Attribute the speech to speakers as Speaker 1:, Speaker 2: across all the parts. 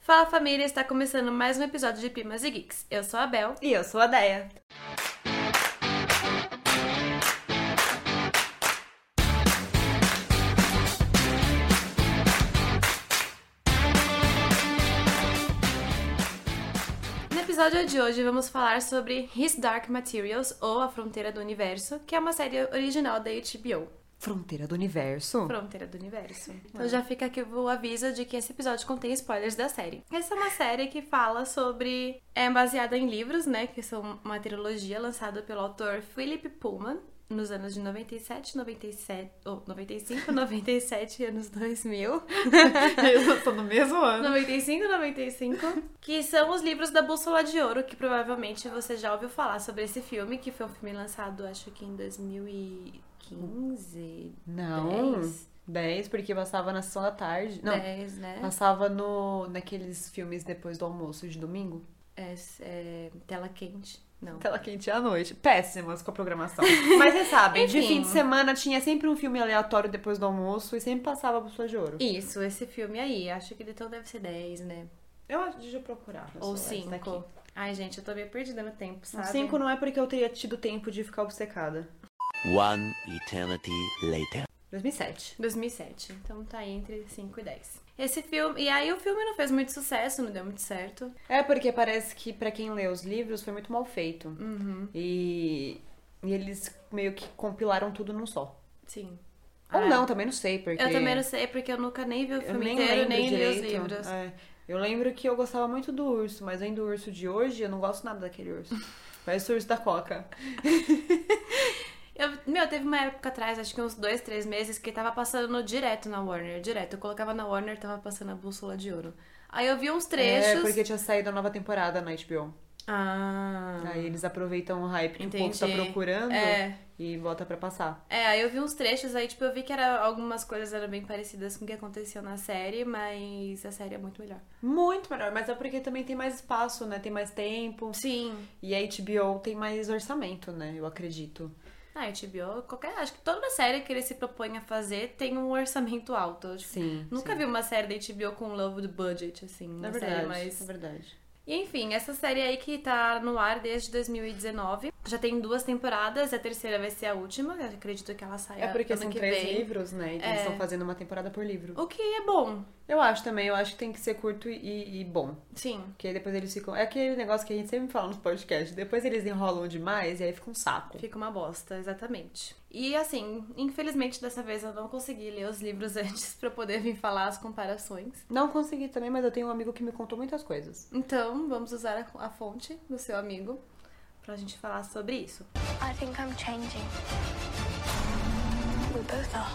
Speaker 1: Fala família, está começando mais um episódio de Primas e Geeks. Eu sou a Bel.
Speaker 2: E eu sou a Deia.
Speaker 1: No episódio de hoje vamos falar sobre His Dark Materials ou A Fronteira do Universo, que é uma série original da HBO.
Speaker 2: Fronteira do Universo.
Speaker 1: Fronteira do Universo. Então já fica aqui o aviso de que esse episódio contém spoilers da série. Essa é uma série que fala sobre. É baseada em livros, né? Que são uma trilogia lançada pelo autor Philip Pullman nos anos de 97, 97. Ou 95, 97 e anos 2000.
Speaker 2: eu tô no mesmo ano.
Speaker 1: 95, 95, que são os livros da Bússola de Ouro, que provavelmente você já ouviu falar sobre esse filme, que foi um filme lançado, acho que em 2015,
Speaker 2: Não.
Speaker 1: 10,
Speaker 2: 10, porque passava na sessão da tarde. Não,
Speaker 1: 10, né?
Speaker 2: passava no, naqueles filmes depois do almoço de domingo.
Speaker 1: É, é, tela quente, não.
Speaker 2: Tela quente à noite. Péssimas com a programação. Mas vocês sabem, de
Speaker 1: Enfim.
Speaker 2: fim de semana tinha sempre um filme aleatório depois do almoço e sempre passava a Bússola de Ouro.
Speaker 1: Isso, esse filme aí, acho que então deve ser 10, né?
Speaker 2: Eu acho de eu procurar.
Speaker 1: Ou
Speaker 2: cinco
Speaker 1: 5. Ai, gente, eu tô meio perdida no tempo, sabe?
Speaker 2: tá Cinco não é porque eu teria tido tempo de ficar obcecada.
Speaker 3: One eternity later.
Speaker 2: 2007.
Speaker 1: 2007. Então tá aí entre 5 e 10. Esse filme. E aí o filme não fez muito sucesso, não deu muito certo.
Speaker 2: É, porque parece que pra quem lê os livros foi muito mal feito.
Speaker 1: Uhum.
Speaker 2: E, e eles meio que compilaram tudo num só.
Speaker 1: Sim.
Speaker 2: Ou
Speaker 1: Ah.
Speaker 2: não, também não sei, porque.
Speaker 1: Eu também não sei, é porque eu nunca nem vi o
Speaker 2: eu
Speaker 1: filme
Speaker 2: nem
Speaker 1: inteiro,
Speaker 2: lembro
Speaker 1: nem li os
Speaker 2: direito.
Speaker 1: livros.
Speaker 2: É. Eu lembro que eu gostava muito do urso, mas além do urso de hoje, eu não gosto nada daquele urso. Parece o urso da Coca.
Speaker 1: Eu- meu, teve uma época atrás, acho que uns dois, três meses, que tava passando no- direto na Warner, direto. Eu colocava na Warner, tava passando a Bússola de Ouro. Aí eu vi uns trechos...
Speaker 2: É, porque tinha saído a nova temporada na HBO.
Speaker 1: Ah...
Speaker 2: Aí eles aproveitam o hype que o
Speaker 1: Entendi.
Speaker 2: povo tá procurando
Speaker 1: É.
Speaker 2: e bota pra passar.
Speaker 1: É, aí eu vi uns trechos, aí tipo, eu vi que era, algumas coisas eram bem parecidas com o que aconteceu na série, mas a série é muito melhor.
Speaker 2: Muito melhor, mas é porque também tem mais espaço, né? Tem mais tempo.
Speaker 1: Sim.
Speaker 2: E a HBO tem mais orçamento, né? Eu acredito.
Speaker 1: A HBO, qualquer... Acho que toda série que ele se propõe a fazer tem um orçamento alto. Tipo,
Speaker 2: Sim.
Speaker 1: Nunca vi uma série da HBO com low do budget, assim.
Speaker 2: É
Speaker 1: Uma
Speaker 2: verdade,
Speaker 1: série mais...
Speaker 2: é verdade.
Speaker 1: E, enfim, essa série aí que tá no ar desde 2019. Já tem duas temporadas, a terceira vai ser a última. Eu acredito que ela saia
Speaker 2: É porque
Speaker 1: ano
Speaker 2: são
Speaker 1: que
Speaker 2: três
Speaker 1: vem. é.
Speaker 2: livros, né? Então eles estão fazendo uma temporada por livro.
Speaker 1: O que é bom,
Speaker 2: Eu acho também, eu acho que tem que ser curto e, e bom.
Speaker 1: sim.
Speaker 2: Porque aí depois eles ficam. É aquele negócio que a gente sempre fala nos podcasts. Depois eles enrolam demais e aí fica um saco.
Speaker 1: Fica uma bosta, exatamente. E assim, infelizmente dessa vez eu não consegui ler os livros antes pra poder vir falar as comparações.
Speaker 2: Não consegui também, mas eu tenho um amigo que me contou muitas coisas.
Speaker 1: Então, vamos usar a, a fonte do seu amigo pra gente falar sobre isso.
Speaker 4: I think I'm changing. We both are.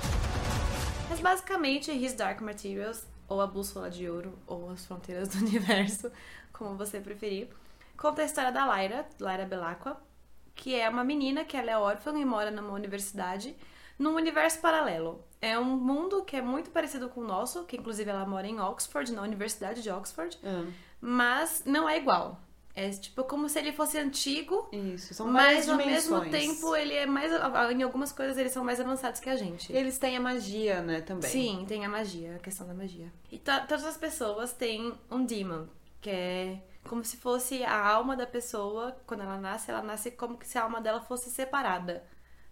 Speaker 1: Mas basicamente, His Dark Materials, ou A Bússola de Ouro, ou As Fronteiras do Universo, como você preferir, conta a história da Lyra, Lyra Belacqua, que é uma menina que ela é órfã e mora numa universidade, num universo paralelo. É um mundo que é muito parecido com o nosso, que inclusive ela mora em Oxford, na Universidade de Oxford, mas não é igual. É tipo como se ele fosse antigo,
Speaker 2: Isso, são várias
Speaker 1: mas ao mesmo
Speaker 2: dimensões.
Speaker 1: tempo ele é mais. Em algumas coisas eles são mais avançados que a gente.
Speaker 2: Eles têm a magia, né? Também.
Speaker 1: Sim, tem a magia, a questão da magia. E to- todas as pessoas têm um demon, que é como se fosse a alma da pessoa, quando ela nasce, ela nasce como que se a alma dela fosse separada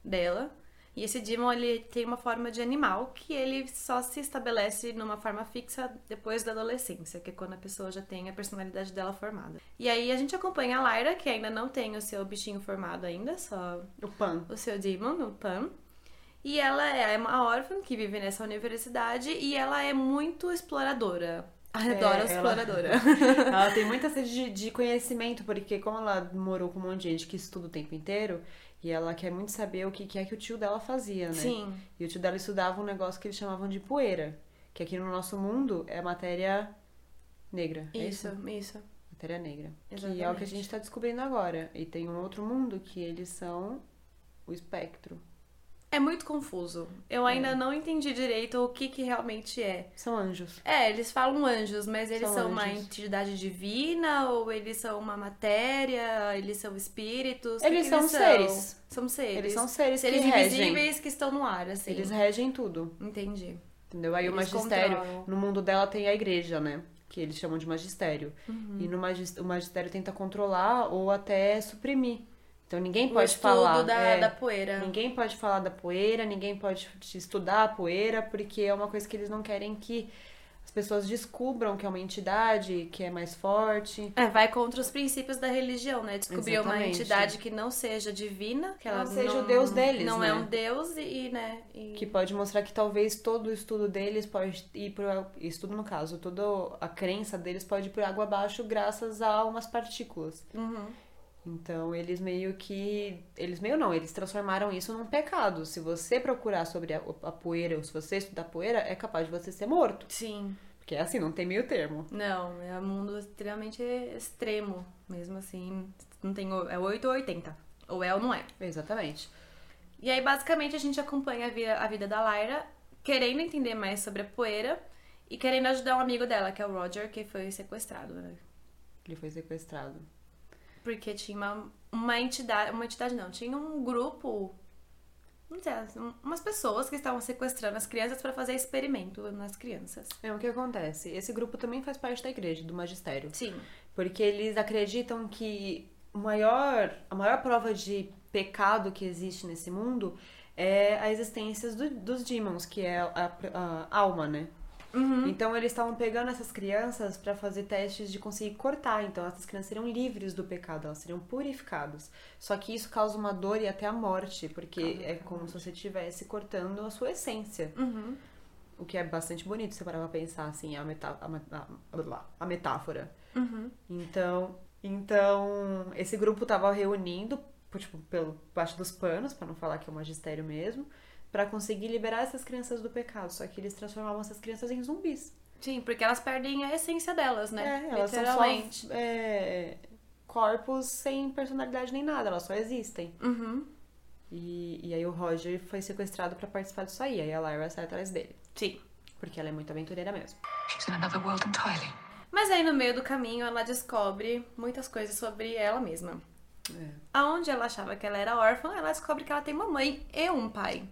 Speaker 1: dela. E esse demon, ele tem uma forma de animal que ele só se estabelece numa forma fixa depois da adolescência, que é quando a pessoa já tem a personalidade dela formada. E aí a gente acompanha a Lyra, que ainda não tem o seu bichinho formado ainda, só
Speaker 2: O Pan.
Speaker 1: o seu demon, o Pam. E ela é uma órfã que vive nessa universidade e ela é muito exploradora. Adoro
Speaker 2: ela-
Speaker 1: exploradora.
Speaker 2: Ela tem muita sede de, de conhecimento, porque como ela morou com um monte de gente que estuda o tempo inteiro, e ela quer muito saber o que, que é que o tio dela fazia, né?
Speaker 1: Sim.
Speaker 2: E o tio dela estudava um negócio que eles chamavam de poeira, que aqui no nosso mundo é matéria negra. é
Speaker 1: Isso, isso.
Speaker 2: Matéria negra. Que é o que a
Speaker 1: Exatamente.
Speaker 2: gente tá descobrindo agora. E tem um outro mundo que eles são o espectro.
Speaker 1: É muito confuso. Eu ainda não entendi direito o que, que realmente é.
Speaker 2: São anjos.
Speaker 1: É, eles falam anjos, mas eles
Speaker 2: São
Speaker 1: são, uma
Speaker 2: anjos.
Speaker 1: entidade divina, ou eles são uma matéria, eles são espíritos. O que
Speaker 2: Eles
Speaker 1: que
Speaker 2: são seres.
Speaker 1: São seres.
Speaker 2: Eles são seres,
Speaker 1: seres
Speaker 2: que regem.
Speaker 1: invisíveis que estão no ar, assim.
Speaker 2: Eles regem tudo.
Speaker 1: Entendi.
Speaker 2: Entendeu? Aí o
Speaker 1: Eles
Speaker 2: magistério,
Speaker 1: controlam.
Speaker 2: no mundo dela tem a igreja, né? que eles chamam de magistério.
Speaker 1: Uhum.
Speaker 2: E no magis- o magistério tenta controlar ou até suprimir. Então ninguém
Speaker 1: O
Speaker 2: pode
Speaker 1: estudo
Speaker 2: falar.
Speaker 1: da,
Speaker 2: é,
Speaker 1: da poeira.
Speaker 2: Ninguém pode falar da poeira, ninguém pode te estudar a poeira, porque é uma coisa que eles não querem que as pessoas descubram que é uma entidade, que é mais forte.
Speaker 1: É, vai contra os princípios da religião, né? Descobrir uma
Speaker 2: Exatamente.
Speaker 1: entidade que não seja divina, que ela
Speaker 2: Não seja o deus deles,
Speaker 1: não
Speaker 2: né?
Speaker 1: é um deus e, e, né? e-
Speaker 2: Que pode mostrar que talvez todo o estudo deles pode ir por. Estudo no caso, toda a crença deles pode ir por água abaixo graças a umas partículas.
Speaker 1: Uhum.
Speaker 2: Então eles meio que. Eles meio não, eles transformaram isso num pecado. Se você procurar sobre a, a poeira ou se você estudar poeira, é capaz de você ser morto.
Speaker 1: Sim.
Speaker 2: Porque é assim, não tem meio termo.
Speaker 1: Não, é um mundo extremamente extremo, mesmo assim. Não tem o- é 8 ou 80. Ou é ou não é.
Speaker 2: Exatamente.
Speaker 1: E aí, basicamente, a gente acompanha a vi- a vida, da Lyra, querendo entender mais sobre a poeira e querendo ajudar um amigo dela, que é o Roger, que foi sequestrado, né?
Speaker 2: Ele foi sequestrado.
Speaker 1: Porque tinha uma, uma entidade. Uma entidade não, tinha um grupo. Não sei, um- umas pessoas que estavam sequestrando as crianças pra fazer experimento nas crianças.
Speaker 2: É o que acontece. Esse grupo também faz parte da igreja, do magistério.
Speaker 1: Sim.
Speaker 2: Porque eles acreditam que o maior, a maior prova de pecado que existe nesse mundo é a existência do- dos demons, que é a, a alma, né? Então eles estavam pegando essas crianças pra fazer testes de conseguir cortar. Então essas crianças seriam livres do pecado, elas seriam purificadas. Só que isso causa uma dor e até a morte, porque é como se você estivesse cortando a sua essência.
Speaker 1: Uhum.
Speaker 2: O que é bastante bonito, se você parar pra pensar, assim, a, meta a, meta- a- blá, a metáfora.
Speaker 1: Uhum.
Speaker 2: Então, então, esse grupo tava reunindo, por- tipo, pelo baixo dos panos, pra não falar que é o magistério mesmo, pra conseguir liberar essas crianças do pecado. Só que eles transformavam essas crianças em zumbis.
Speaker 1: Sim, porque elas perdem a essência delas, né?
Speaker 2: É, elas são
Speaker 1: Literalmente.
Speaker 2: só é, corpos sem personalidade nem nada, elas só existem.
Speaker 1: Uhum.
Speaker 2: E, e aí o Roger foi sequestrado pra participar disso aí, aí a Lyra sai atrás dele.
Speaker 1: Sim.
Speaker 2: Porque ela é muito aventureira mesmo.
Speaker 4: She's in another world entirely.
Speaker 1: Mas aí no meio do caminho ela descobre muitas coisas sobre ela mesma.
Speaker 2: É.
Speaker 1: Aonde ela achava que ela era órfã, ela descobre que ela tem uma mãe e um pai.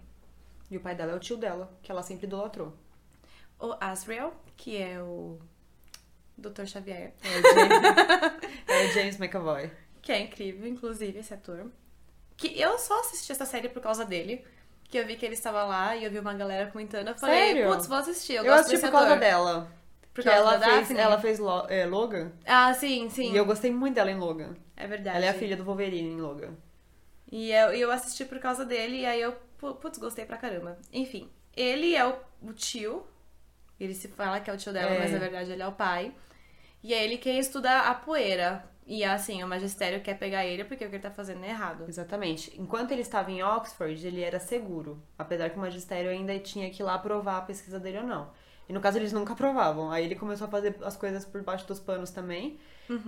Speaker 2: E o pai dela é o tio dela, que ela sempre idolatrou.
Speaker 1: O Asriel, que é o Dr. Xavier,
Speaker 2: É o James, é o James McAvoy.
Speaker 1: que é incrível, inclusive, esse ator. Que eu só assisti essa série por causa dele. Que eu vi que ele estava lá e eu vi uma galera comentando. Eu falei,
Speaker 2: Sério?
Speaker 1: putz, vou assistir, eu,
Speaker 2: Eu,
Speaker 1: gosto
Speaker 2: assisti
Speaker 1: desse
Speaker 2: por causa
Speaker 1: ator.
Speaker 2: dela.
Speaker 1: Por
Speaker 2: que
Speaker 1: causa
Speaker 2: ela
Speaker 1: da
Speaker 2: fez,
Speaker 1: Daphne?
Speaker 2: ela fez Lo- é, Logan.
Speaker 1: Ah, sim, sim.
Speaker 2: E eu gostei muito dela em Logan.
Speaker 1: É verdade.
Speaker 2: Ela é a filha do Wolverine em Logan.
Speaker 1: E eu, e eu assisti por causa dele, e aí eu, pu- putz, gostei pra caramba. Enfim, ele é o, o tio. Ele se fala que é o tio dela,
Speaker 2: É.
Speaker 1: mas na verdade ele é o pai. E é ele quem estuda a poeira. E assim, o magistério quer pegar ele porque o que ele tá fazendo é errado.
Speaker 2: Exatamente. Enquanto ele estava em Oxford, ele era seguro. Apesar que o magistério ainda tinha que ir lá aprovar a pesquisa dele ou não. E no caso, eles nunca aprovavam. Aí ele começou a fazer as coisas por baixo dos panos também.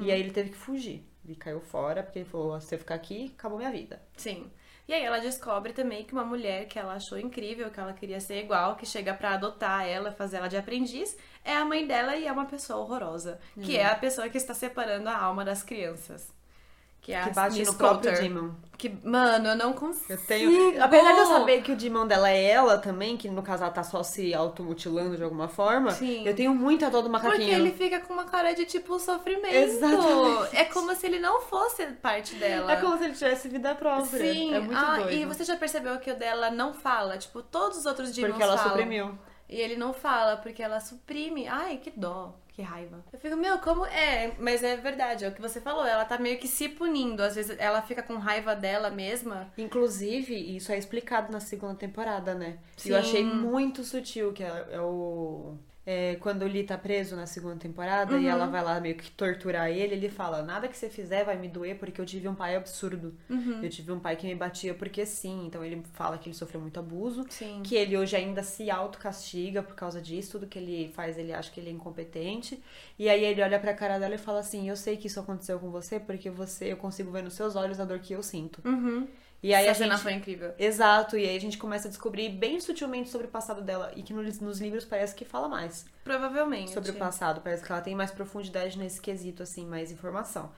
Speaker 2: E aí ele teve que fugir. Ele caiu fora, porque ele falou: se eu ficar aqui, acabou minha vida.
Speaker 1: Sim. E aí ela descobre também que uma mulher que ela achou incrível, que ela queria ser igual, que chega pra adotar ela, fazer ela de aprendiz, é a mãe dela e é uma pessoa horrorosa. Que
Speaker 2: Uhum.
Speaker 1: é a pessoa que está separando a alma das crianças. Que, é a
Speaker 2: que bate
Speaker 1: Miss
Speaker 2: no próprio
Speaker 1: Coulter.
Speaker 2: Demon.
Speaker 1: Que, mano, eu não consigo.
Speaker 2: Eu tenho. Oh. Apesar de eu saber que o Demon dela é ela também, que no caso ela tá só se automutilando de alguma forma,
Speaker 1: Sim.
Speaker 2: eu tenho muito a dor do macaquinho.
Speaker 1: Porque ele fica com uma cara de tipo sofrimento.
Speaker 2: Exatamente.
Speaker 1: É como se ele não fosse parte dela.
Speaker 2: É como se ele tivesse vida própria.
Speaker 1: Sim,
Speaker 2: é muito
Speaker 1: ah,
Speaker 2: doido.
Speaker 1: e você já percebeu que o dela não fala? Tipo, todos os outros dinos
Speaker 2: Porque ela
Speaker 1: falam.
Speaker 2: suprimiu.
Speaker 1: E ele não fala, porque ela suprime. Ai, que dó, que raiva. Eu fico, meu, como. É, mas é verdade, é o que você falou. Ela tá meio que se punindo. Às vezes ela fica com raiva dela mesma.
Speaker 2: Inclusive, isso é explicado na segunda temporada, né? E
Speaker 1: Sim.
Speaker 2: Eu achei muito sutil, que é, é o. é, quando o Lee tá preso na segunda temporada e ela vai lá meio que torturar ele, ele fala: Nada que você fizer vai me doer porque eu tive um pai absurdo. Eu tive um pai que me batia porque sim. Então ele fala que ele sofreu muito abuso,
Speaker 1: Sim.
Speaker 2: que ele hoje ainda se autocastiga por causa disso, tudo que ele faz ele acha que ele é incompetente. E aí ele olha pra cara dela e fala assim: Eu sei que isso aconteceu com você porque você, eu consigo ver nos seus olhos a dor que eu sinto.
Speaker 1: Uhum.
Speaker 2: E aí
Speaker 1: Essa
Speaker 2: a
Speaker 1: cena
Speaker 2: gente...
Speaker 1: foi incrível.
Speaker 2: Exato, e aí a gente começa a descobrir bem sutilmente sobre o passado dela e que nos, nos livros parece que fala mais
Speaker 1: Provavelmente.
Speaker 2: sobre o passado, parece que ela tem mais profundidade nesse quesito assim, mais informação.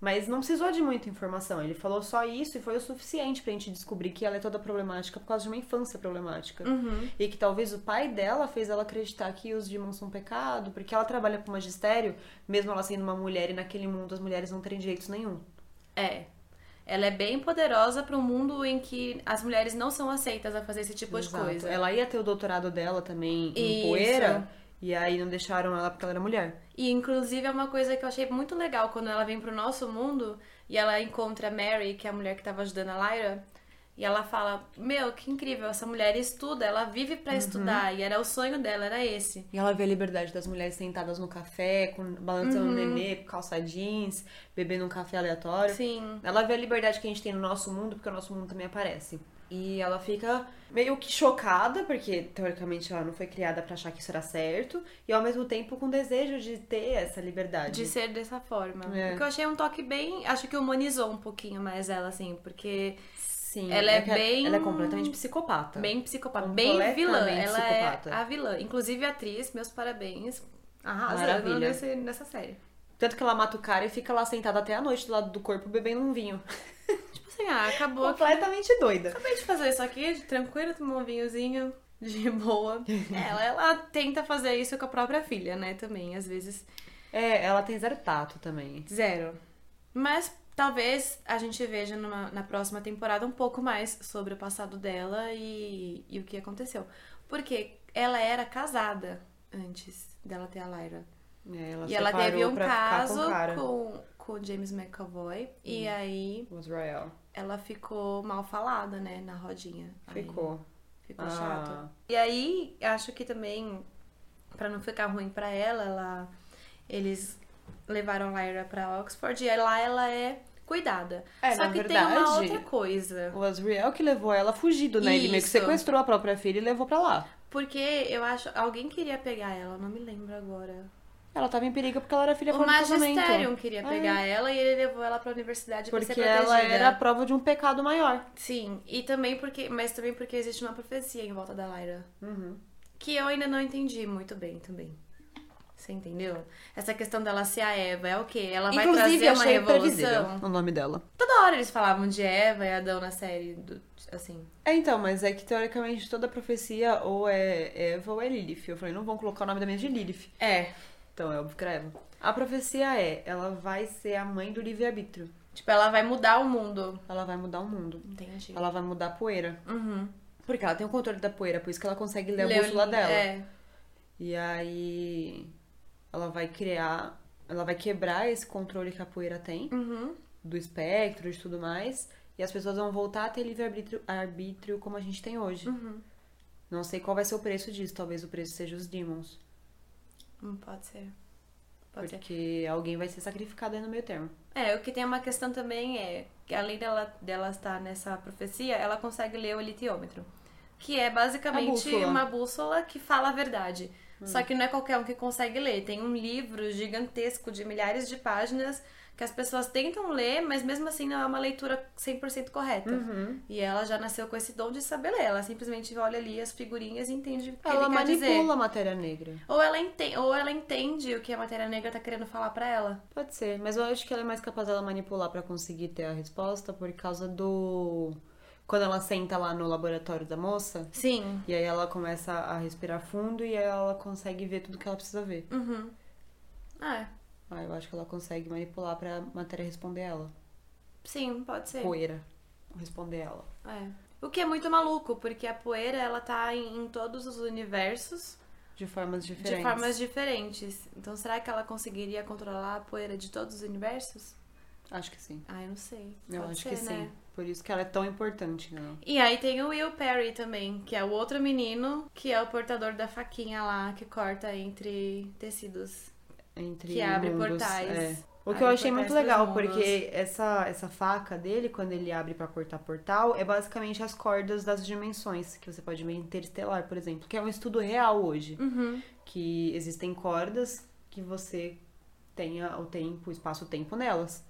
Speaker 2: Mas não precisou de muita informação. Ele falou só isso e foi o suficiente pra gente descobrir que ela é toda problemática por causa de uma infância problemática. E que talvez o pai dela fez ela acreditar que os demônios são um pecado, porque ela trabalha com magistério, mesmo ela sendo uma mulher e naquele mundo as mulheres não terem direitos nenhum.
Speaker 1: É. Ela é bem poderosa para um mundo em que as mulheres não são aceitas a fazer esse tipo
Speaker 2: Exato.
Speaker 1: de coisa.
Speaker 2: Ela ia ter o doutorado dela também em
Speaker 1: Isso.
Speaker 2: poeira, e aí não deixaram ela porque ela era mulher.
Speaker 1: E inclusive é uma coisa que eu achei muito legal quando ela vem pro nosso mundo e ela encontra a Mary, que é a mulher que tava ajudando a Lyra, e ela fala: "Meu, que incrível, essa mulher estuda, ela vive pra estudar e era o sonho dela, era esse".
Speaker 2: E ela vê a liberdade das mulheres sentadas no café, com, balançando o
Speaker 1: Uhum.
Speaker 2: nenê, com calça jeans, bebendo um café aleatório.
Speaker 1: Sim.
Speaker 2: Ela vê a liberdade que a gente tem no nosso mundo, porque o nosso mundo também aparece. E ela fica meio que chocada, porque teoricamente ela não foi criada pra achar que isso era certo, e ao mesmo tempo com desejo de ter essa liberdade.
Speaker 1: De ser dessa forma.
Speaker 2: É.
Speaker 1: Porque eu achei um toque bem. Acho que humanizou um pouquinho mais ela, assim, porque.
Speaker 2: Sim,
Speaker 1: Ela é
Speaker 2: que ela-
Speaker 1: bem-
Speaker 2: Ela é completamente psicopata.
Speaker 1: Bem psicopata. Bem
Speaker 2: Tá. Completamente
Speaker 1: vilã. Ela
Speaker 2: psicopata.
Speaker 1: é a vilã. Inclusive, a atriz, meus parabéns. Arrasando
Speaker 2: Maravilha.
Speaker 1: nesse, nessa série.
Speaker 2: Tanto que ela mata o cara e fica lá sentada até a noite do lado do corpo bebendo um vinho.
Speaker 1: Tipo assim, ah, acabou.
Speaker 2: completamente doida.
Speaker 1: Acabei de fazer isso aqui, tranquilo, tomou um vinhozinho de boa. ela, ela tenta fazer isso com a própria filha, né? Também, às vezes.
Speaker 2: É, ela tem zero tato também.
Speaker 1: Zero. Mas talvez a gente veja numa- na próxima temporada um pouco mais sobre o passado dela e, e o que aconteceu. Porque ela era casada antes dela ter a Lyra.
Speaker 2: É, ela
Speaker 1: e ela
Speaker 2: separou
Speaker 1: teve um
Speaker 2: pra ficar
Speaker 1: caso
Speaker 2: com o cara. Hum.
Speaker 1: com, com o James McAvoy. E aí
Speaker 2: Os Royal.
Speaker 1: ela ficou mal falada, né? Na rodinha. Aí
Speaker 2: Ficou.
Speaker 1: ficou
Speaker 2: Ah.
Speaker 1: chato. E aí, acho que também, pra não ficar ruim pra ela, ela eles levaram Lyra pra Oxford e aí lá ela é cuidada.
Speaker 2: É,
Speaker 1: Só
Speaker 2: na
Speaker 1: que tem
Speaker 2: verdade-
Speaker 1: uma outra coisa.
Speaker 2: O Azriel que levou ela fugido, né? Ele meio que
Speaker 1: Isso.
Speaker 2: sequestrou a própria filha e levou pra lá.
Speaker 1: Porque eu acho. Alguém queria pegar ela, eu não me lembro agora.
Speaker 2: Ela tava em perigo porque ela era filha
Speaker 1: O
Speaker 2: fora do casamento. É.
Speaker 1: Magisterium queria pegar ela e ele levou ela pra universidade pra
Speaker 2: Porque
Speaker 1: ser protegida.
Speaker 2: ela era a prova de um pecado maior.
Speaker 1: Sim, e também porque. Mas também porque existe uma profecia em volta da Lyra. Uhum. Que eu ainda não entendi muito bem também. Você entendeu? Essa questão dela ser a Eva é o quê? Ela vai
Speaker 2: Inclusive,
Speaker 1: trazer uma
Speaker 2: achei previsível
Speaker 1: revolução.
Speaker 2: o nome dela.
Speaker 1: Toda hora eles falavam de Eva e Adão na série, do- assim.
Speaker 2: É, então, mas é que teoricamente toda profecia ou é Eva ou é Lilith. Eu falei, não vão colocar o nome da minha de Lilith.
Speaker 1: É.
Speaker 2: Então é óbvio que era Eva. A profecia é, ela vai ser a mãe do livre-arbítrio.
Speaker 1: Tipo, ela vai mudar o mundo.
Speaker 2: Ela vai mudar o mundo.
Speaker 1: Entendi. Uhum.
Speaker 2: Ela vai mudar a poeira. Porque ela tem o controle da poeira, por isso que ela consegue ler a
Speaker 1: Leu-
Speaker 2: bússola dela.
Speaker 1: É.
Speaker 2: E aí ela vai criar, ela vai quebrar esse controle que a poeira tem
Speaker 1: Uhum.
Speaker 2: do espectro e tudo mais, e as pessoas vão voltar a ter livre arbítrio, arbítrio como a gente tem hoje.
Speaker 1: Uhum.
Speaker 2: Não sei qual vai ser o preço disso, talvez o preço seja os demons,
Speaker 1: Hum, Pode ser. Pode ser.
Speaker 2: porque alguém vai ser sacrificado aí no meio termo.
Speaker 1: É, o que tem uma questão também é que além dela, dela estar nessa profecia, ela consegue ler o litiômetro, que é basicamente
Speaker 2: A bússola. Hum.
Speaker 1: uma bússola que fala a verdade. Só que não é qualquer um que consegue ler. Tem um livro gigantesco de milhares de páginas que as pessoas tentam ler, mas mesmo assim não é uma leitura 100% correta.
Speaker 2: Uhum.
Speaker 1: E ela já nasceu com esse dom de saber ler. Ela simplesmente olha ali as figurinhas e entende o que
Speaker 2: ela
Speaker 1: ele quer
Speaker 2: manipula
Speaker 1: dizer.
Speaker 2: a matéria negra.
Speaker 1: Ou ela, enten- ou ela entende o que a matéria negra tá querendo falar pra ela.
Speaker 2: Pode ser, mas eu acho que ela é mais capaz dela manipular pra conseguir ter a resposta por causa do quando ela senta lá no laboratório da moça,
Speaker 1: Sim.
Speaker 2: E aí ela começa a respirar fundo e aí ela consegue ver tudo que ela precisa ver.
Speaker 1: Hum. Ah, é.
Speaker 2: Aí eu acho que ela consegue manipular pra matéria responder ela.
Speaker 1: sim, pode ser.
Speaker 2: Poeira. Responder ela.
Speaker 1: É. O que é muito maluco, porque a poeira ela tá em, em todos os universos
Speaker 2: De formas diferentes.
Speaker 1: de formas diferentes. Então será que ela conseguiria controlar a poeira de todos os universos?
Speaker 2: Acho que sim.
Speaker 1: Ah, eu não sei.
Speaker 2: Eu
Speaker 1: Pode
Speaker 2: acho
Speaker 1: ser,
Speaker 2: que
Speaker 1: né?
Speaker 2: sim. Por isso que ela é tão importante, né?
Speaker 1: E aí tem o Will Perry também, que é o outro menino, que é o portador da faquinha lá que corta entre tecidos.
Speaker 2: Entre
Speaker 1: Que abre
Speaker 2: mundos,
Speaker 1: portais.
Speaker 2: é. O que
Speaker 1: Abre
Speaker 2: eu achei muito
Speaker 1: portais pros
Speaker 2: legal,
Speaker 1: mundos.
Speaker 2: porque essa, essa faca dele, quando ele abre pra cortar portal, é basicamente as cordas das dimensões, que você pode ver em interestelar, por exemplo, que é um estudo real hoje.
Speaker 1: Hum. Uhum.
Speaker 2: Que existem cordas que você tenha o tempo, o espaço-tempo nelas.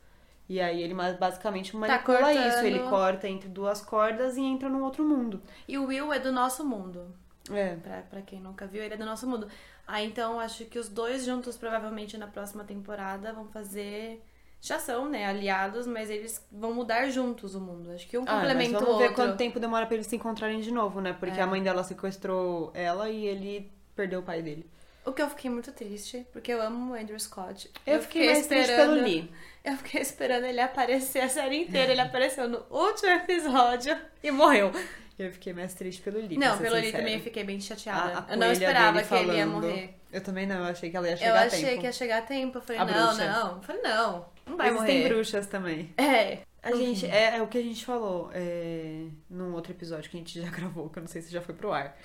Speaker 2: E aí ele ma- basicamente manipula
Speaker 1: Tá cortando.
Speaker 2: isso, ele corta entre duas cordas e entra num outro mundo.
Speaker 1: E o Will é do nosso mundo.
Speaker 2: É.
Speaker 1: Pra, pra quem nunca viu, ele é do nosso mundo. Ah, então acho que os dois juntos, provavelmente na próxima temporada, vão fazer já são, né, aliados, mas eles vão mudar juntos o mundo. Acho que um
Speaker 2: Ah, mas
Speaker 1: complementa o
Speaker 2: vamos ver
Speaker 1: outro. É.
Speaker 2: quanto tempo demora pra eles se encontrarem de novo, né? Porque a mãe dela sequestrou ela e ele perdeu o pai dele.
Speaker 1: O que eu fiquei muito triste, porque eu amo o Andrew Scott.
Speaker 2: Eu fiquei mais triste pelo Lee.
Speaker 1: Eu fiquei esperando ele aparecer a série inteira. Ele apareceu no último episódio e morreu.
Speaker 2: Eu fiquei mais triste pelo Lee. pra
Speaker 1: não,
Speaker 2: ser
Speaker 1: pelo Lee
Speaker 2: sincera.
Speaker 1: também eu fiquei bem chateada.
Speaker 2: A- a
Speaker 1: eu não
Speaker 2: coelha
Speaker 1: esperava que
Speaker 2: dele
Speaker 1: ele ia
Speaker 2: falando.
Speaker 1: morrer.
Speaker 2: Eu também não, eu achei que ela ia chegar
Speaker 1: Eu
Speaker 2: a
Speaker 1: achei
Speaker 2: tempo.
Speaker 1: que ia chegar a tempo. Eu falei,
Speaker 2: A
Speaker 1: não,
Speaker 2: bruxa.
Speaker 1: não. Eu falei, não, não vai
Speaker 2: Existem
Speaker 1: morrer.
Speaker 2: bruxas também.
Speaker 1: É.
Speaker 2: A gente, é, é o que a gente falou é, num outro episódio que a gente já gravou, que eu não sei se já foi pro ar.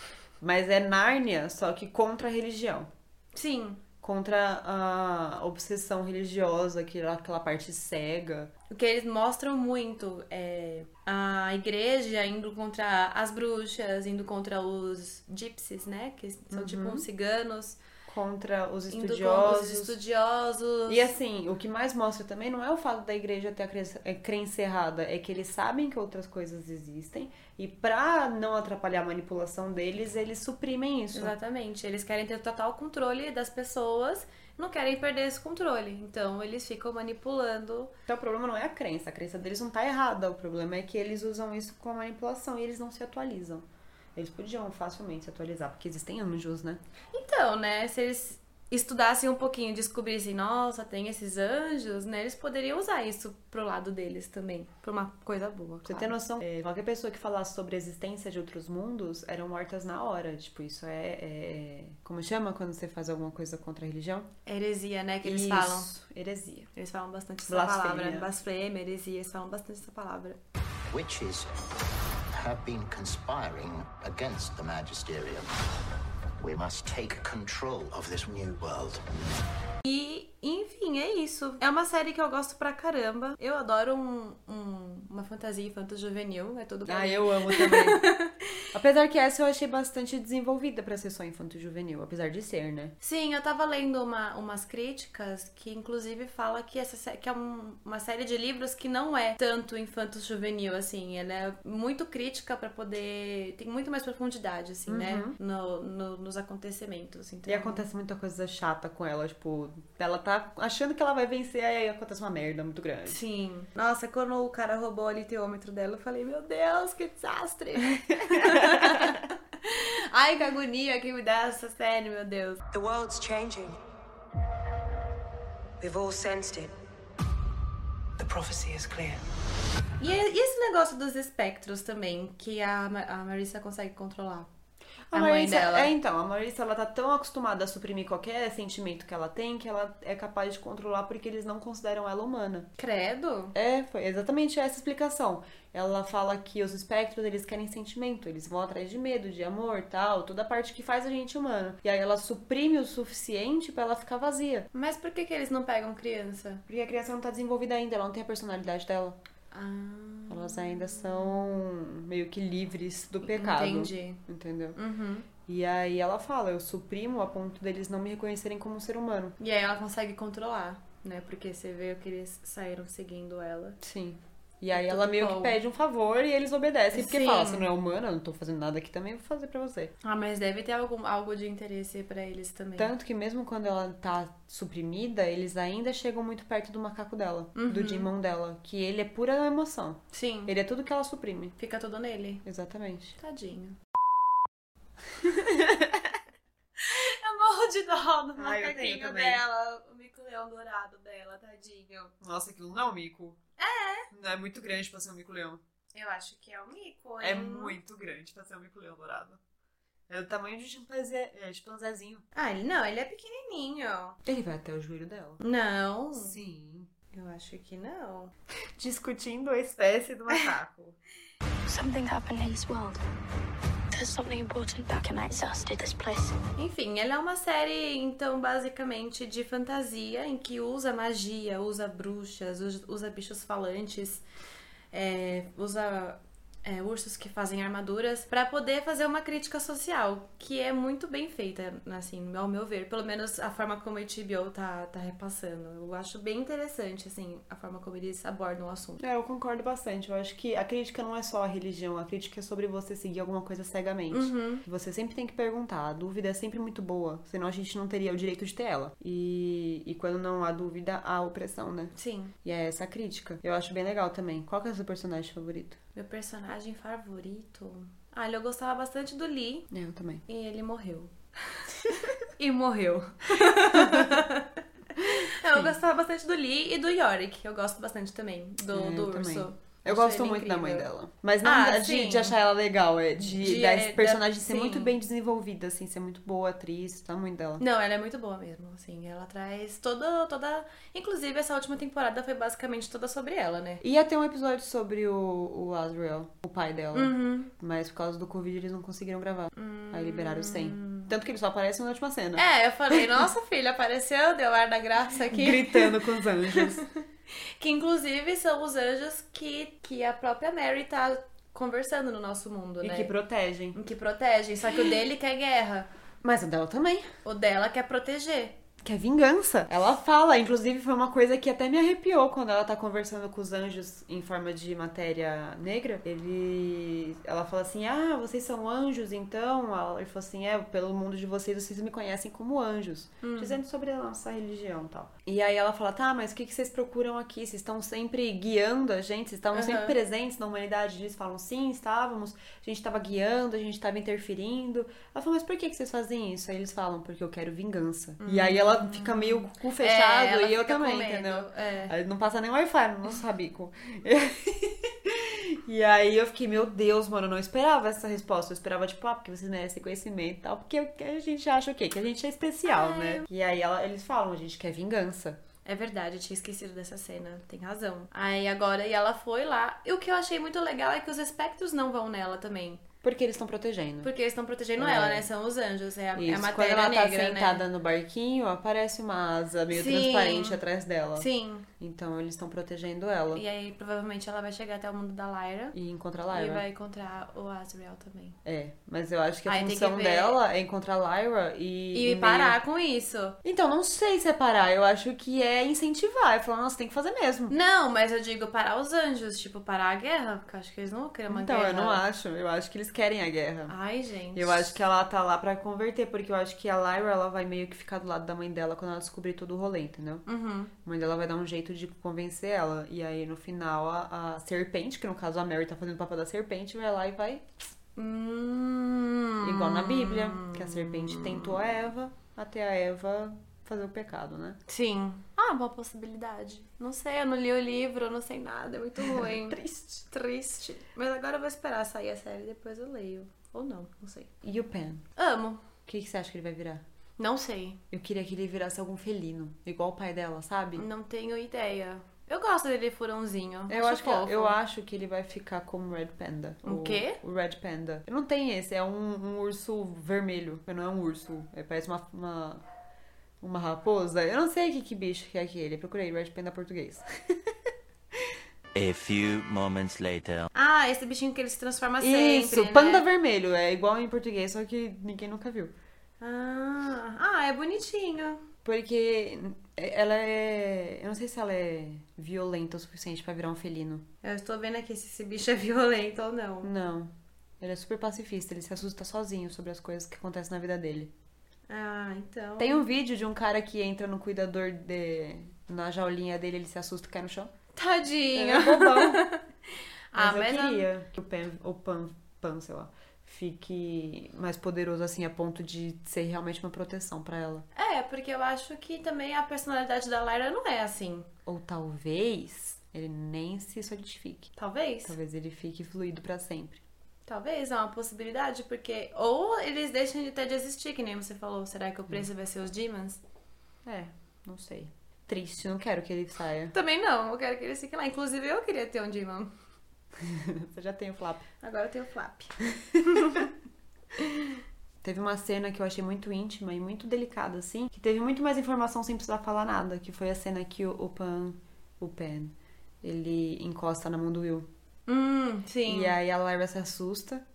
Speaker 2: Mas é Nárnia, só que contra a religião.
Speaker 1: Sim.
Speaker 2: Contra a obsessão religiosa, aquela, aquela parte cega.
Speaker 1: O que eles mostram muito é a igreja indo contra as bruxas, indo contra os gypsies, né? Que são tipo uns ciganos.
Speaker 2: Contra Uhum. os
Speaker 1: Indo
Speaker 2: estudiosos.
Speaker 1: contra os estudiosos.
Speaker 2: E assim, o que mais mostra também não é o fato da igreja ter a crença, é, crença errada, é que eles sabem que outras coisas existem e pra não atrapalhar a manipulação deles, eles suprimem isso.
Speaker 1: Exatamente. Eles querem ter o total controle das pessoas, não querem perder esse controle. Então eles ficam manipulando.
Speaker 2: Então o problema não é a crença, a crença deles não tá errada, o problema é que eles usam isso com a manipulação e eles não se atualizam. Eles podiam facilmente se atualizar, porque existem anjos, né?
Speaker 1: Então, né, se eles estudassem um pouquinho, e descobrissem, nossa, tem esses anjos, né, eles poderiam usar isso pro lado deles também, pra uma coisa boa.
Speaker 2: Pra Você
Speaker 1: claro.
Speaker 2: ter noção, é, qualquer pessoa que falasse sobre a existência de outros mundos eram mortas na hora. Tipo, isso é- é. Como chama quando você faz alguma coisa contra a religião?
Speaker 1: Heresia, né, que eles
Speaker 2: Isso,
Speaker 1: falam.
Speaker 2: Heresia.
Speaker 1: Eles falam bastante essa
Speaker 2: Blasfêmia.
Speaker 1: palavra. Blasfêmia, heresia, eles falam bastante essa palavra.
Speaker 5: Witches have been conspiring against the Magisterium. We must take control of this new world.
Speaker 1: E, enfim, é isso. É uma série que eu gosto pra caramba. Eu adoro um, um- uma fantasia infanto juvenil, é tudo pra
Speaker 2: Ah,
Speaker 1: mim.
Speaker 2: eu amo também. apesar que essa eu achei bastante desenvolvida pra ser só infanto juvenil, apesar de ser, né?
Speaker 1: Sim, eu tava lendo uma, umas críticas que inclusive fala que essa sé- que é um- uma série de livros que não é tanto infanto juvenil assim, ela é muito crítica pra poder tem muito mais profundidade assim, né, no, no- nos acontecimentos, então.
Speaker 2: Uhum. E acontece muita coisa chata com ela, tipo, ela tá achando que ela vai vencer, aí acontece uma merda muito grande.
Speaker 1: Sim. Nossa, quando o cara roubou o liteômetro dela, eu falei, meu Deus, que desastre! Ai, que agonia que me dá essa série, meu Deus.
Speaker 6: The world's changing. We've all sensed it.
Speaker 4: The prophecy is clear.
Speaker 1: E, é, e esse negócio dos espectros também, que a, Ma- a Marissa consegue controlar. A, mãe
Speaker 2: Marissa-
Speaker 1: dela.
Speaker 2: É, então, a Marissa, ela tá tão acostumada a suprimir qualquer sentimento que ela tem que ela é capaz de controlar porque eles não consideram ela humana.
Speaker 1: Credo.
Speaker 2: É, foi exatamente essa explicação. Ela fala que os espectros, eles querem sentimento, eles vão atrás de medo, de amor, tal, toda a parte que faz a gente humano. E aí ela suprime o suficiente pra ela ficar vazia.
Speaker 1: Mas por que, que eles não pegam criança?
Speaker 2: Porque a criança não tá desenvolvida ainda, ela não tem a personalidade dela.
Speaker 1: Ah,
Speaker 2: Elas ainda são meio que livres do pecado.
Speaker 1: entendi.
Speaker 2: Entendeu?
Speaker 1: Uhum.
Speaker 2: E aí ela fala, eu suprimo a ponto deles não me reconhecerem como um ser humano.
Speaker 1: E aí ela consegue controlar, né? Porque você vê que eles saíram seguindo ela.
Speaker 2: Sim. E aí
Speaker 1: Tudo
Speaker 2: ela meio
Speaker 1: bom.
Speaker 2: que pede um favor e eles obedecem. Porque
Speaker 1: Sim.
Speaker 2: fala, você não é humana, eu não tô fazendo nada aqui também, vou fazer pra você.
Speaker 1: Ah, mas deve ter algum, algo de interesse pra eles também.
Speaker 2: Tanto que mesmo quando ela tá suprimida, eles ainda chegam muito perto do macaco dela, do Dimon dela, que ele é pura emoção.
Speaker 1: Sim.
Speaker 2: Ele é tudo que ela suprime.
Speaker 1: Fica tudo nele.
Speaker 2: Exatamente.
Speaker 1: Tadinho. eu morro de dó do
Speaker 2: Ai, Ah, eu tenho
Speaker 1: macaquinho
Speaker 2: também.
Speaker 1: dela. O mico-leão dourado dela, tadinho.
Speaker 2: Nossa, aquilo não é um mico. É. É muito grande pra ser um mico-leão.
Speaker 1: Eu acho que é o mico,
Speaker 2: É
Speaker 1: hein?
Speaker 2: muito grande pra ser um mico-leão dourado. É do tamanho de um chimpanzé, é, chimpanzézinho.
Speaker 1: Ah, ele não, ele é pequenininho.
Speaker 2: Ele vai até o joelho dela.
Speaker 1: Não,
Speaker 2: Sim.
Speaker 1: eu acho que não.
Speaker 2: Discutindo a espécie do macaco.
Speaker 7: Something happened in this world. There's something important that connects us to this place.
Speaker 1: Enfim, ela é uma série, então, basicamente de fantasia, em que usa magia, usa bruxas, usa- usa bichos falantes, é, usa é, ursos que fazem armaduras pra poder fazer uma crítica social, que é muito bem feita, assim, ao meu ver. Pelo menos a forma como a HBO tá, tá repassando. Eu acho bem interessante, assim, a forma como eles abordam o assunto.
Speaker 2: É, eu concordo bastante. Eu acho que a crítica não é só a religião, a crítica é sobre você seguir alguma coisa cegamente. Você sempre tem que perguntar. A dúvida é sempre muito boa, senão a gente não teria o direito de ter ela. E, e quando não há dúvida, há opressão, né?
Speaker 1: Sim,
Speaker 2: E é essa a crítica. Eu acho bem legal também. Qual que é o seu personagem favorito?
Speaker 1: meu personagem favorito. Ah, eu gostava bastante do Lee
Speaker 2: Eu também.
Speaker 1: e ele morreu. e morreu. Eu gostava bastante do Lee e do Yorick. Eu gosto bastante também do,
Speaker 2: É,
Speaker 1: do
Speaker 2: eu
Speaker 1: urso.
Speaker 2: também. Eu
Speaker 1: Acho
Speaker 2: gosto
Speaker 1: ele
Speaker 2: muito da mãe
Speaker 1: incrível.
Speaker 2: dela. Mas não
Speaker 1: Ah,
Speaker 2: da- de,
Speaker 1: sim.
Speaker 2: de achar ela legal, é de,
Speaker 1: De-
Speaker 2: da
Speaker 1: é, da-
Speaker 2: personagem ser
Speaker 1: sim.
Speaker 2: muito bem desenvolvida, assim, ser muito boa atriz, tá muito dela.
Speaker 1: Não, ela é muito boa mesmo, assim, ela traz toda, toda... Inclusive, essa última temporada foi basicamente toda sobre ela, né?
Speaker 2: Ia ter um episódio sobre o, o Azrael, o pai dela. Mas por causa do Covid eles não conseguiram gravar. Aí liberaram sem. Tanto que ele só aparece na última cena.
Speaker 1: É, eu falei, nossa filha, apareceu, deu ar da graça aqui.
Speaker 2: Gritando com os anjos.
Speaker 1: Que inclusive são os anjos que, que a própria Mary tá conversando no nosso mundo,
Speaker 2: e
Speaker 1: né?
Speaker 2: que protegem.
Speaker 1: Que protegem, só que o dele quer guerra,
Speaker 2: Mas o dela também.
Speaker 1: o dela quer proteger.
Speaker 2: Que é vingança. Ela fala, inclusive foi uma coisa que até me arrepiou quando ela tá conversando com os anjos em forma de matéria negra. Ele. Ela fala assim: Ah, vocês são anjos, então. Ela- Ele falou assim: É, pelo mundo de vocês, vocês me conhecem como anjos. Dizendo sobre a nossa religião e tal. E aí ela fala: Tá, mas o que, que vocês procuram aqui? Vocês estão sempre guiando a gente? Vocês estavam sempre
Speaker 1: Aham.
Speaker 2: presentes na humanidade? Eles falam: Sim, estávamos. A gente estava guiando, a gente estava interferindo. Ela falou, mas por que, que vocês fazem isso? Aí eles falam, porque eu quero vingança. E aí ela fica meio com o cu
Speaker 1: Hum. É,
Speaker 2: fechado
Speaker 1: ela
Speaker 2: e eu
Speaker 1: fica com
Speaker 2: também,
Speaker 1: medo,
Speaker 2: entendeu?
Speaker 1: é.
Speaker 2: Aí não passa nem Wi-Fi no nosso rabico. E aí eu fiquei, meu Deus, mano, eu não esperava essa resposta. Eu esperava, tipo, ah, porque vocês merecem conhecimento e tal. Porque o que a gente acha o quê? Que a gente é especial, né? E aí ela- eles falam, a gente quer vingança.
Speaker 1: É verdade, eu tinha esquecido dessa cena, tem razão. Aí agora, e ela foi lá, e o que eu achei muito legal é que os espectros não vão nela também.
Speaker 2: Porque eles estão protegendo.
Speaker 1: Porque eles estão protegendo
Speaker 2: É.
Speaker 1: ela, né? São os anjos, é a, é a
Speaker 2: Isso, quando
Speaker 1: matéria
Speaker 2: ela tá
Speaker 1: negra, né?
Speaker 2: sentada no barquinho, aparece uma asa meio
Speaker 1: Sim.
Speaker 2: transparente atrás dela.
Speaker 1: né? Sim.
Speaker 2: Então eles estão protegendo ela.
Speaker 1: E aí, provavelmente, ela vai chegar até o mundo da Lyra.
Speaker 2: E encontrar
Speaker 1: E
Speaker 2: Lyra.
Speaker 1: vai encontrar o Azrael também.
Speaker 2: É, mas eu acho que a
Speaker 1: Aí tem que
Speaker 2: função
Speaker 1: ver.
Speaker 2: dela é encontrar Lyra e.
Speaker 1: E,
Speaker 2: meio-
Speaker 1: parar com isso.
Speaker 2: Então, não sei se é parar, eu acho que é incentivar. É falar, nossa, tem que fazer mesmo.
Speaker 1: Não, mas eu digo parar os anjos, tipo, parar a guerra, porque eu acho que eles não vão querer é uma
Speaker 2: então,
Speaker 1: guerra.
Speaker 2: eu não acho. Eu acho que eles querem a guerra.
Speaker 1: Ai, gente.
Speaker 2: Eu acho que ela tá lá pra converter, porque eu acho que a Lyra ela vai meio que ficar do lado da mãe dela quando ela descobrir todo o rolê, entendeu?
Speaker 1: Uhum.
Speaker 2: A mãe dela vai dar um jeito de convencer ela. E aí, no final, a, a serpente, que no caso a Mary tá fazendo o papel da serpente, vai lá e vai.
Speaker 1: Hum...
Speaker 2: Igual na Bíblia, que a serpente tentou a Eva até a Eva fazer o pecado, né?
Speaker 1: Sim. Ah, uma possibilidade. Não sei, eu não li o livro, eu não sei nada, é muito ruim. Triste. Triste. Mas agora eu vou esperar sair a série, depois eu leio. Ou não, não sei.
Speaker 2: E o Pen?
Speaker 1: Amo.
Speaker 2: O que, que você acha que ele vai virar?
Speaker 1: Não sei.
Speaker 2: Eu queria que ele virasse algum felino, igual o pai dela, sabe?
Speaker 1: Não tenho ideia. Eu gosto dele furãozinho.
Speaker 2: Eu acho, que,
Speaker 1: fofo.
Speaker 2: eu acho que ele vai ficar como Red Panda.
Speaker 1: Um
Speaker 2: o
Speaker 1: quê?
Speaker 2: O Red Panda. Não tem esse, é um, um urso vermelho. Mas Não é um urso, é, parece uma, uma, uma raposa. Eu não sei que, que bicho que é aquele. Eu procurei Red Panda português.
Speaker 3: A few moments later.
Speaker 1: Ah, esse bichinho que ele se transforma sempre.
Speaker 2: Isso,
Speaker 1: né?
Speaker 2: panda vermelho. É igual em português, só que ninguém nunca viu.
Speaker 1: Ah, ah, é bonitinho.
Speaker 2: Porque ela é. Eu não sei se ela é violenta o suficiente pra virar um felino.
Speaker 1: Eu estou vendo aqui se esse bicho é violento ou não.
Speaker 2: Não. Ele é super pacifista, ele se assusta sozinho sobre as coisas que acontecem na vida dele.
Speaker 1: Ah, então.
Speaker 2: Tem um vídeo de um cara que entra no cuidador de. na jaulinha dele, ele se assusta e cai no chão. Ele
Speaker 1: Tadinho.
Speaker 2: é bobão.
Speaker 1: Ah, mas
Speaker 2: mas eu
Speaker 1: a-
Speaker 2: queria que o Pan, o Pan, Pan, sei lá, fique mais poderoso assim, a ponto de ser realmente uma proteção pra ela.
Speaker 1: É, porque eu acho que também a personalidade da Lyra não é assim.
Speaker 2: Ou talvez ele nem se solidifique.
Speaker 1: Talvez. Talvez,
Speaker 2: Talvez ele fique fluido pra sempre.
Speaker 1: é uma possibilidade, porque. Ou eles deixam de até de existir, que nem você falou. Será que o preço vai ser os demons?
Speaker 2: É, não sei. Triste, não quero que ele saia.
Speaker 1: Também não, eu quero que eles fiquem lá. Inclusive, eu queria ter um demon.
Speaker 2: Você já tem o flap.
Speaker 1: Agora eu tenho o Flap.
Speaker 2: Teve uma cena que eu achei muito íntima e muito delicada, assim, que teve muito mais informação sem precisar falar nada, que foi a cena que o, o Pan, o Pan, ele encosta na mão do Will.
Speaker 1: Hum, sim. Uhum.
Speaker 2: E aí a Lyra se assusta.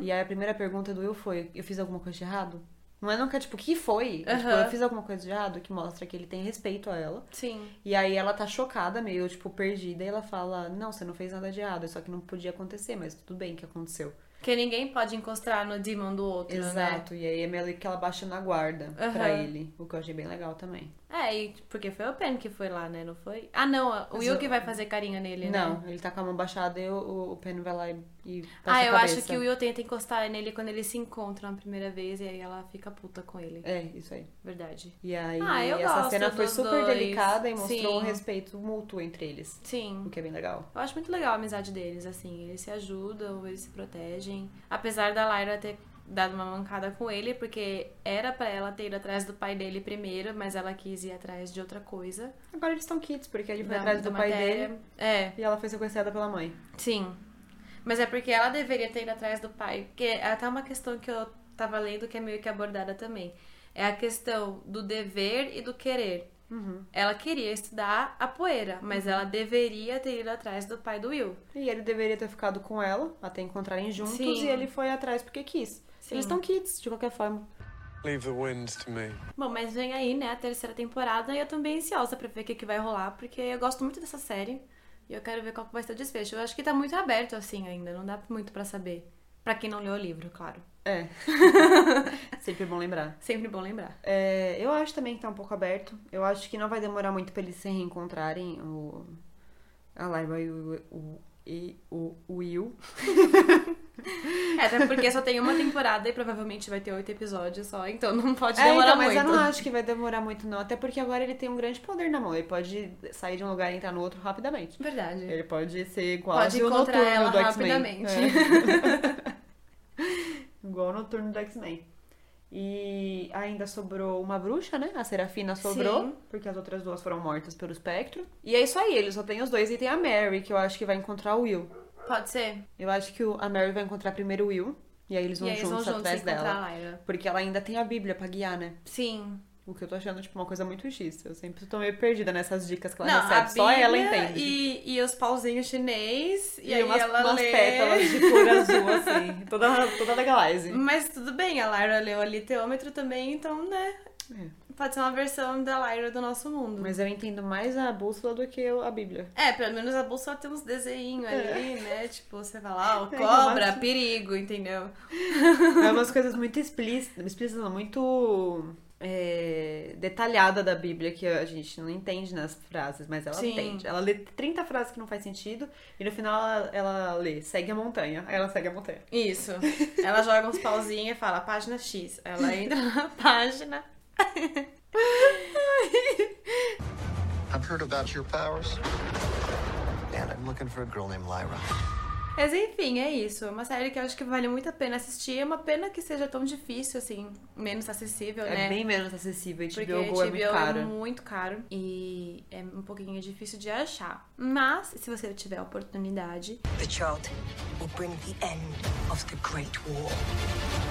Speaker 2: E aí a primeira pergunta do Will foi: Eu fiz alguma coisa de errado? Não é nunca, tipo, o que foi? É, tipo,
Speaker 1: Aham.
Speaker 2: eu fiz alguma coisa de errado que mostra que ele tem respeito a ela.
Speaker 1: Sim.
Speaker 2: E aí ela tá chocada, meio, tipo, perdida, e ela fala: Não, você não fez nada de errado, só que não podia acontecer, mas tudo bem que aconteceu.
Speaker 1: Porque ninguém pode encostar no demon do outro, né?
Speaker 2: Exato. E aí é meio que ela baixa na guarda pra
Speaker 1: Aham.
Speaker 2: ele, o que eu achei bem legal também.
Speaker 1: É, e porque foi o Pen que foi lá, né? Não foi? Ah, não. O Will que vai fazer carinho nele, né?
Speaker 2: Não, ele tá com a mão baixada e o- o, o Pen vai lá e. e passa
Speaker 1: Ah,
Speaker 2: a
Speaker 1: eu
Speaker 2: cabeça.
Speaker 1: acho que o Will tenta encostar nele quando eles se encontram a primeira vez e aí ela fica puta com ele.
Speaker 2: É, isso aí.
Speaker 1: Verdade.
Speaker 2: E aí,
Speaker 1: Ah, eu
Speaker 2: essa
Speaker 1: gosto
Speaker 2: cena foi
Speaker 1: dos
Speaker 2: super
Speaker 1: dois.
Speaker 2: delicada e mostrou
Speaker 1: Sim.
Speaker 2: um respeito mútuo entre eles,
Speaker 1: Sim.
Speaker 2: o que é bem legal.
Speaker 1: Eu acho muito legal a amizade deles, assim. Eles se ajudam, eles se protegem. Apesar da Lyra ter dado uma mancada com ele, porque era pra ela ter ido atrás do pai dele primeiro, mas ela quis ir atrás de outra coisa.
Speaker 2: Agora eles estão kits, porque ele foi
Speaker 1: da-
Speaker 2: atrás
Speaker 1: da
Speaker 2: do pai
Speaker 1: matéria.
Speaker 2: dele
Speaker 1: É,
Speaker 2: e ela foi sequestrada pela mãe.
Speaker 1: sim. Mas é porque ela deveria ter ido atrás do pai. Porque é até uma questão que eu tava lendo que é meio que abordada também. É a questão do dever e do querer.
Speaker 2: Uhum.
Speaker 1: Ela queria estudar a poeira, mas ela deveria ter ido atrás do pai do Will.
Speaker 2: E ele deveria ter ficado com ela até encontrarem juntos
Speaker 1: Sim.
Speaker 2: e ele foi atrás porque quis.
Speaker 1: Sim.
Speaker 2: Eles estão kits, de qualquer forma.
Speaker 8: Leave the winds to me.
Speaker 1: Bom, mas vem aí, né, a terceira temporada e eu tô bem ansiosa pra ver o que, que vai rolar, porque eu gosto muito dessa série e eu quero ver qual que vai ser o desfecho. Eu acho que tá muito aberto assim ainda, não dá muito pra saber. Pra quem não leu o livro, claro.
Speaker 2: É. Sempre bom lembrar.
Speaker 1: Sempre bom lembrar.
Speaker 2: É, eu acho também que tá um pouco aberto. Eu acho que não vai demorar muito pra eles se reencontrarem. O... A Lyra e o, o, e o Will.
Speaker 1: É, até porque só tem uma temporada e provavelmente vai ter oito episódios só, então não pode
Speaker 2: É,
Speaker 1: demorar
Speaker 2: então, mas eu
Speaker 1: muito.
Speaker 2: não acho que vai demorar muito, não. Até porque agora ele tem um grande poder na mão. Ele pode sair de um lugar e entrar no outro rapidamente.
Speaker 1: Verdade.
Speaker 2: Ele pode ser igual
Speaker 1: Pode
Speaker 2: o
Speaker 1: encontrar
Speaker 2: noturno
Speaker 1: ela
Speaker 2: do X-Men.
Speaker 1: rapidamente.
Speaker 2: É. igual o noturno do X-Men. E ainda sobrou uma bruxa, né? A Serafina sobrou,
Speaker 1: Sim.
Speaker 2: porque as outras duas foram mortas pelo espectro. E é isso aí, ele só tem os dois e tem a Mary, que eu acho que vai encontrar o Will.
Speaker 1: Pode ser.
Speaker 2: Eu acho que o- a Mary vai encontrar primeiro o Will, e aí eles vão
Speaker 1: e aí eles
Speaker 2: juntos
Speaker 1: vão juntos
Speaker 2: atrás
Speaker 1: encontrar
Speaker 2: dela.
Speaker 1: a Lyra.
Speaker 2: Porque ela ainda tem a Bíblia pra guiar, né?
Speaker 1: Sim.
Speaker 2: O que eu tô achando, tipo, uma coisa muito X. Eu sempre tô meio perdida nessas dicas que ela
Speaker 1: não, a
Speaker 2: recebe. Só
Speaker 1: Bíblia
Speaker 2: ela entende.
Speaker 1: E, e os pauzinhos chinês, e, aí
Speaker 2: umas,
Speaker 1: ela
Speaker 2: umas
Speaker 1: lê...
Speaker 2: pétalas de cor azul, assim. Toda, toda legalize.
Speaker 1: Mas tudo bem, a Lyra leu ali teômetro também, então, né?
Speaker 2: É.
Speaker 1: Pode ser uma versão da Lyra do nosso mundo.
Speaker 2: Mas eu entendo mais a bússola do que eu- a Bíblia.
Speaker 1: É, pelo menos a bússola tem uns desenhinhos ali, né? Tipo, você fala, ó,
Speaker 2: É,
Speaker 1: cobra,
Speaker 2: eu acho-
Speaker 1: perigo, entendeu?
Speaker 2: É umas coisas muito explícitas, explícitas não, muito é, detalhada da Bíblia que a gente não entende nas frases, mas ela
Speaker 1: Sim.
Speaker 2: entende. Ela lê 30 frases que não faz sentido e no final ela, ela lê, segue a montanha. Aí ela segue a montanha.
Speaker 1: Isso. Ela joga uns pauzinhos e fala, página X. Ela entra na página.
Speaker 5: I've heard about your powers. And I'm looking for a girl named Lyra.
Speaker 1: Mas enfim, é isso. É uma série que eu acho que vale muito a pena assistir. É uma pena que seja tão difícil, assim, menos acessível,
Speaker 2: É,
Speaker 1: né?
Speaker 2: bem menos acessível.
Speaker 1: Porque
Speaker 2: HBO Go é
Speaker 1: HBO
Speaker 2: muito caro.
Speaker 1: é muito caro e é um pouquinho difícil de achar. Mas, se você tiver a oportunidade,
Speaker 6: The child will bring the end of the Great War.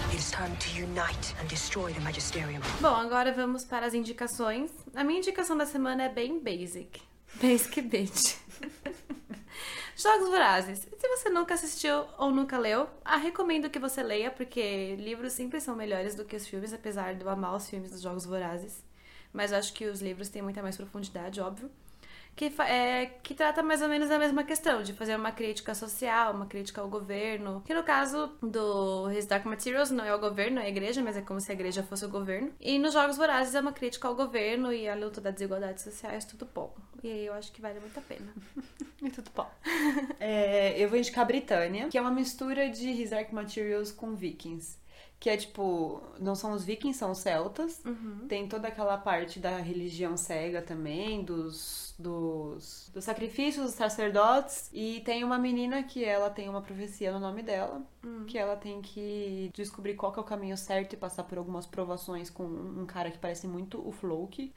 Speaker 6: It is time to unite and destroy the Magisterium.
Speaker 1: Bom, agora vamos para as indicações. A minha indicação da semana é bem basic. Basic bitch. Jogos Vorazes. Se você nunca assistiu ou nunca leu, ah, recomendo que você leia, porque livros sempre são melhores do que os filmes, apesar de eu amar os filmes dos Jogos Vorazes. Mas eu acho que os livros têm muita mais profundidade, óbvio. Que, fa- é, que trata mais ou menos a mesma questão, de fazer uma crítica social, uma crítica ao governo. Que no caso do His Dark Materials não é o governo, é a igreja, mas é como se a igreja fosse o governo. E nos Jogos Vorazes é uma crítica ao governo e à luta das desigualdades sociais, tudo bom. E aí eu acho que vale muito a pena.
Speaker 2: E tudo bom. É, eu vou indicar a Britânia, que é uma mistura de Hizark Materials com Vikings. Que é tipo, não são os vikings, são os celtas. Tem toda aquela parte da religião cega também, dos, dos, dos sacrifícios dos sacerdotes. E tem uma menina que ela tem uma profecia no nome dela, que ela tem que descobrir qual que é o caminho certo e passar por algumas provações com um um cara que parece muito o Floki.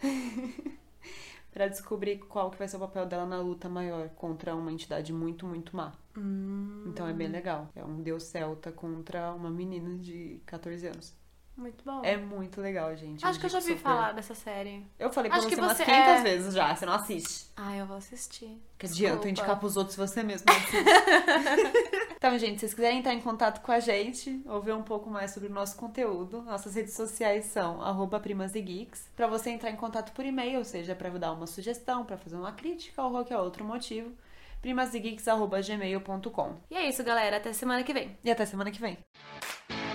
Speaker 2: Pra descobrir qual que vai ser o papel dela na luta maior contra uma entidade muito, muito má.
Speaker 1: Hum.
Speaker 2: Então é bem legal. É um deus celta contra uma menina de 14 anos.
Speaker 1: Muito bom.
Speaker 2: É muito legal, gente.
Speaker 1: Acho que eu já
Speaker 2: indico
Speaker 1: vi
Speaker 2: super.
Speaker 1: falar dessa série.
Speaker 2: Eu falei pra
Speaker 1: Acho
Speaker 2: você,
Speaker 1: que
Speaker 2: umas
Speaker 1: você
Speaker 2: 500
Speaker 1: é-
Speaker 2: vezes já, você não assiste.
Speaker 1: Ah, eu vou assistir.
Speaker 2: Que adianta
Speaker 1: Desculpa.
Speaker 2: indicar pros outros você mesmo. não assiste. então, gente, se vocês quiserem entrar em contato com a gente, ou ver um pouco mais sobre o nosso conteúdo, nossas redes sociais são arroba primas e geeks. Pra você entrar em contato por e-mail, ou seja, pra dar uma sugestão, pra fazer uma crítica ou qualquer outro motivo, primasegeeks.gmail.com.
Speaker 1: E é isso, galera. Até semana que vem.
Speaker 2: E até semana que vem.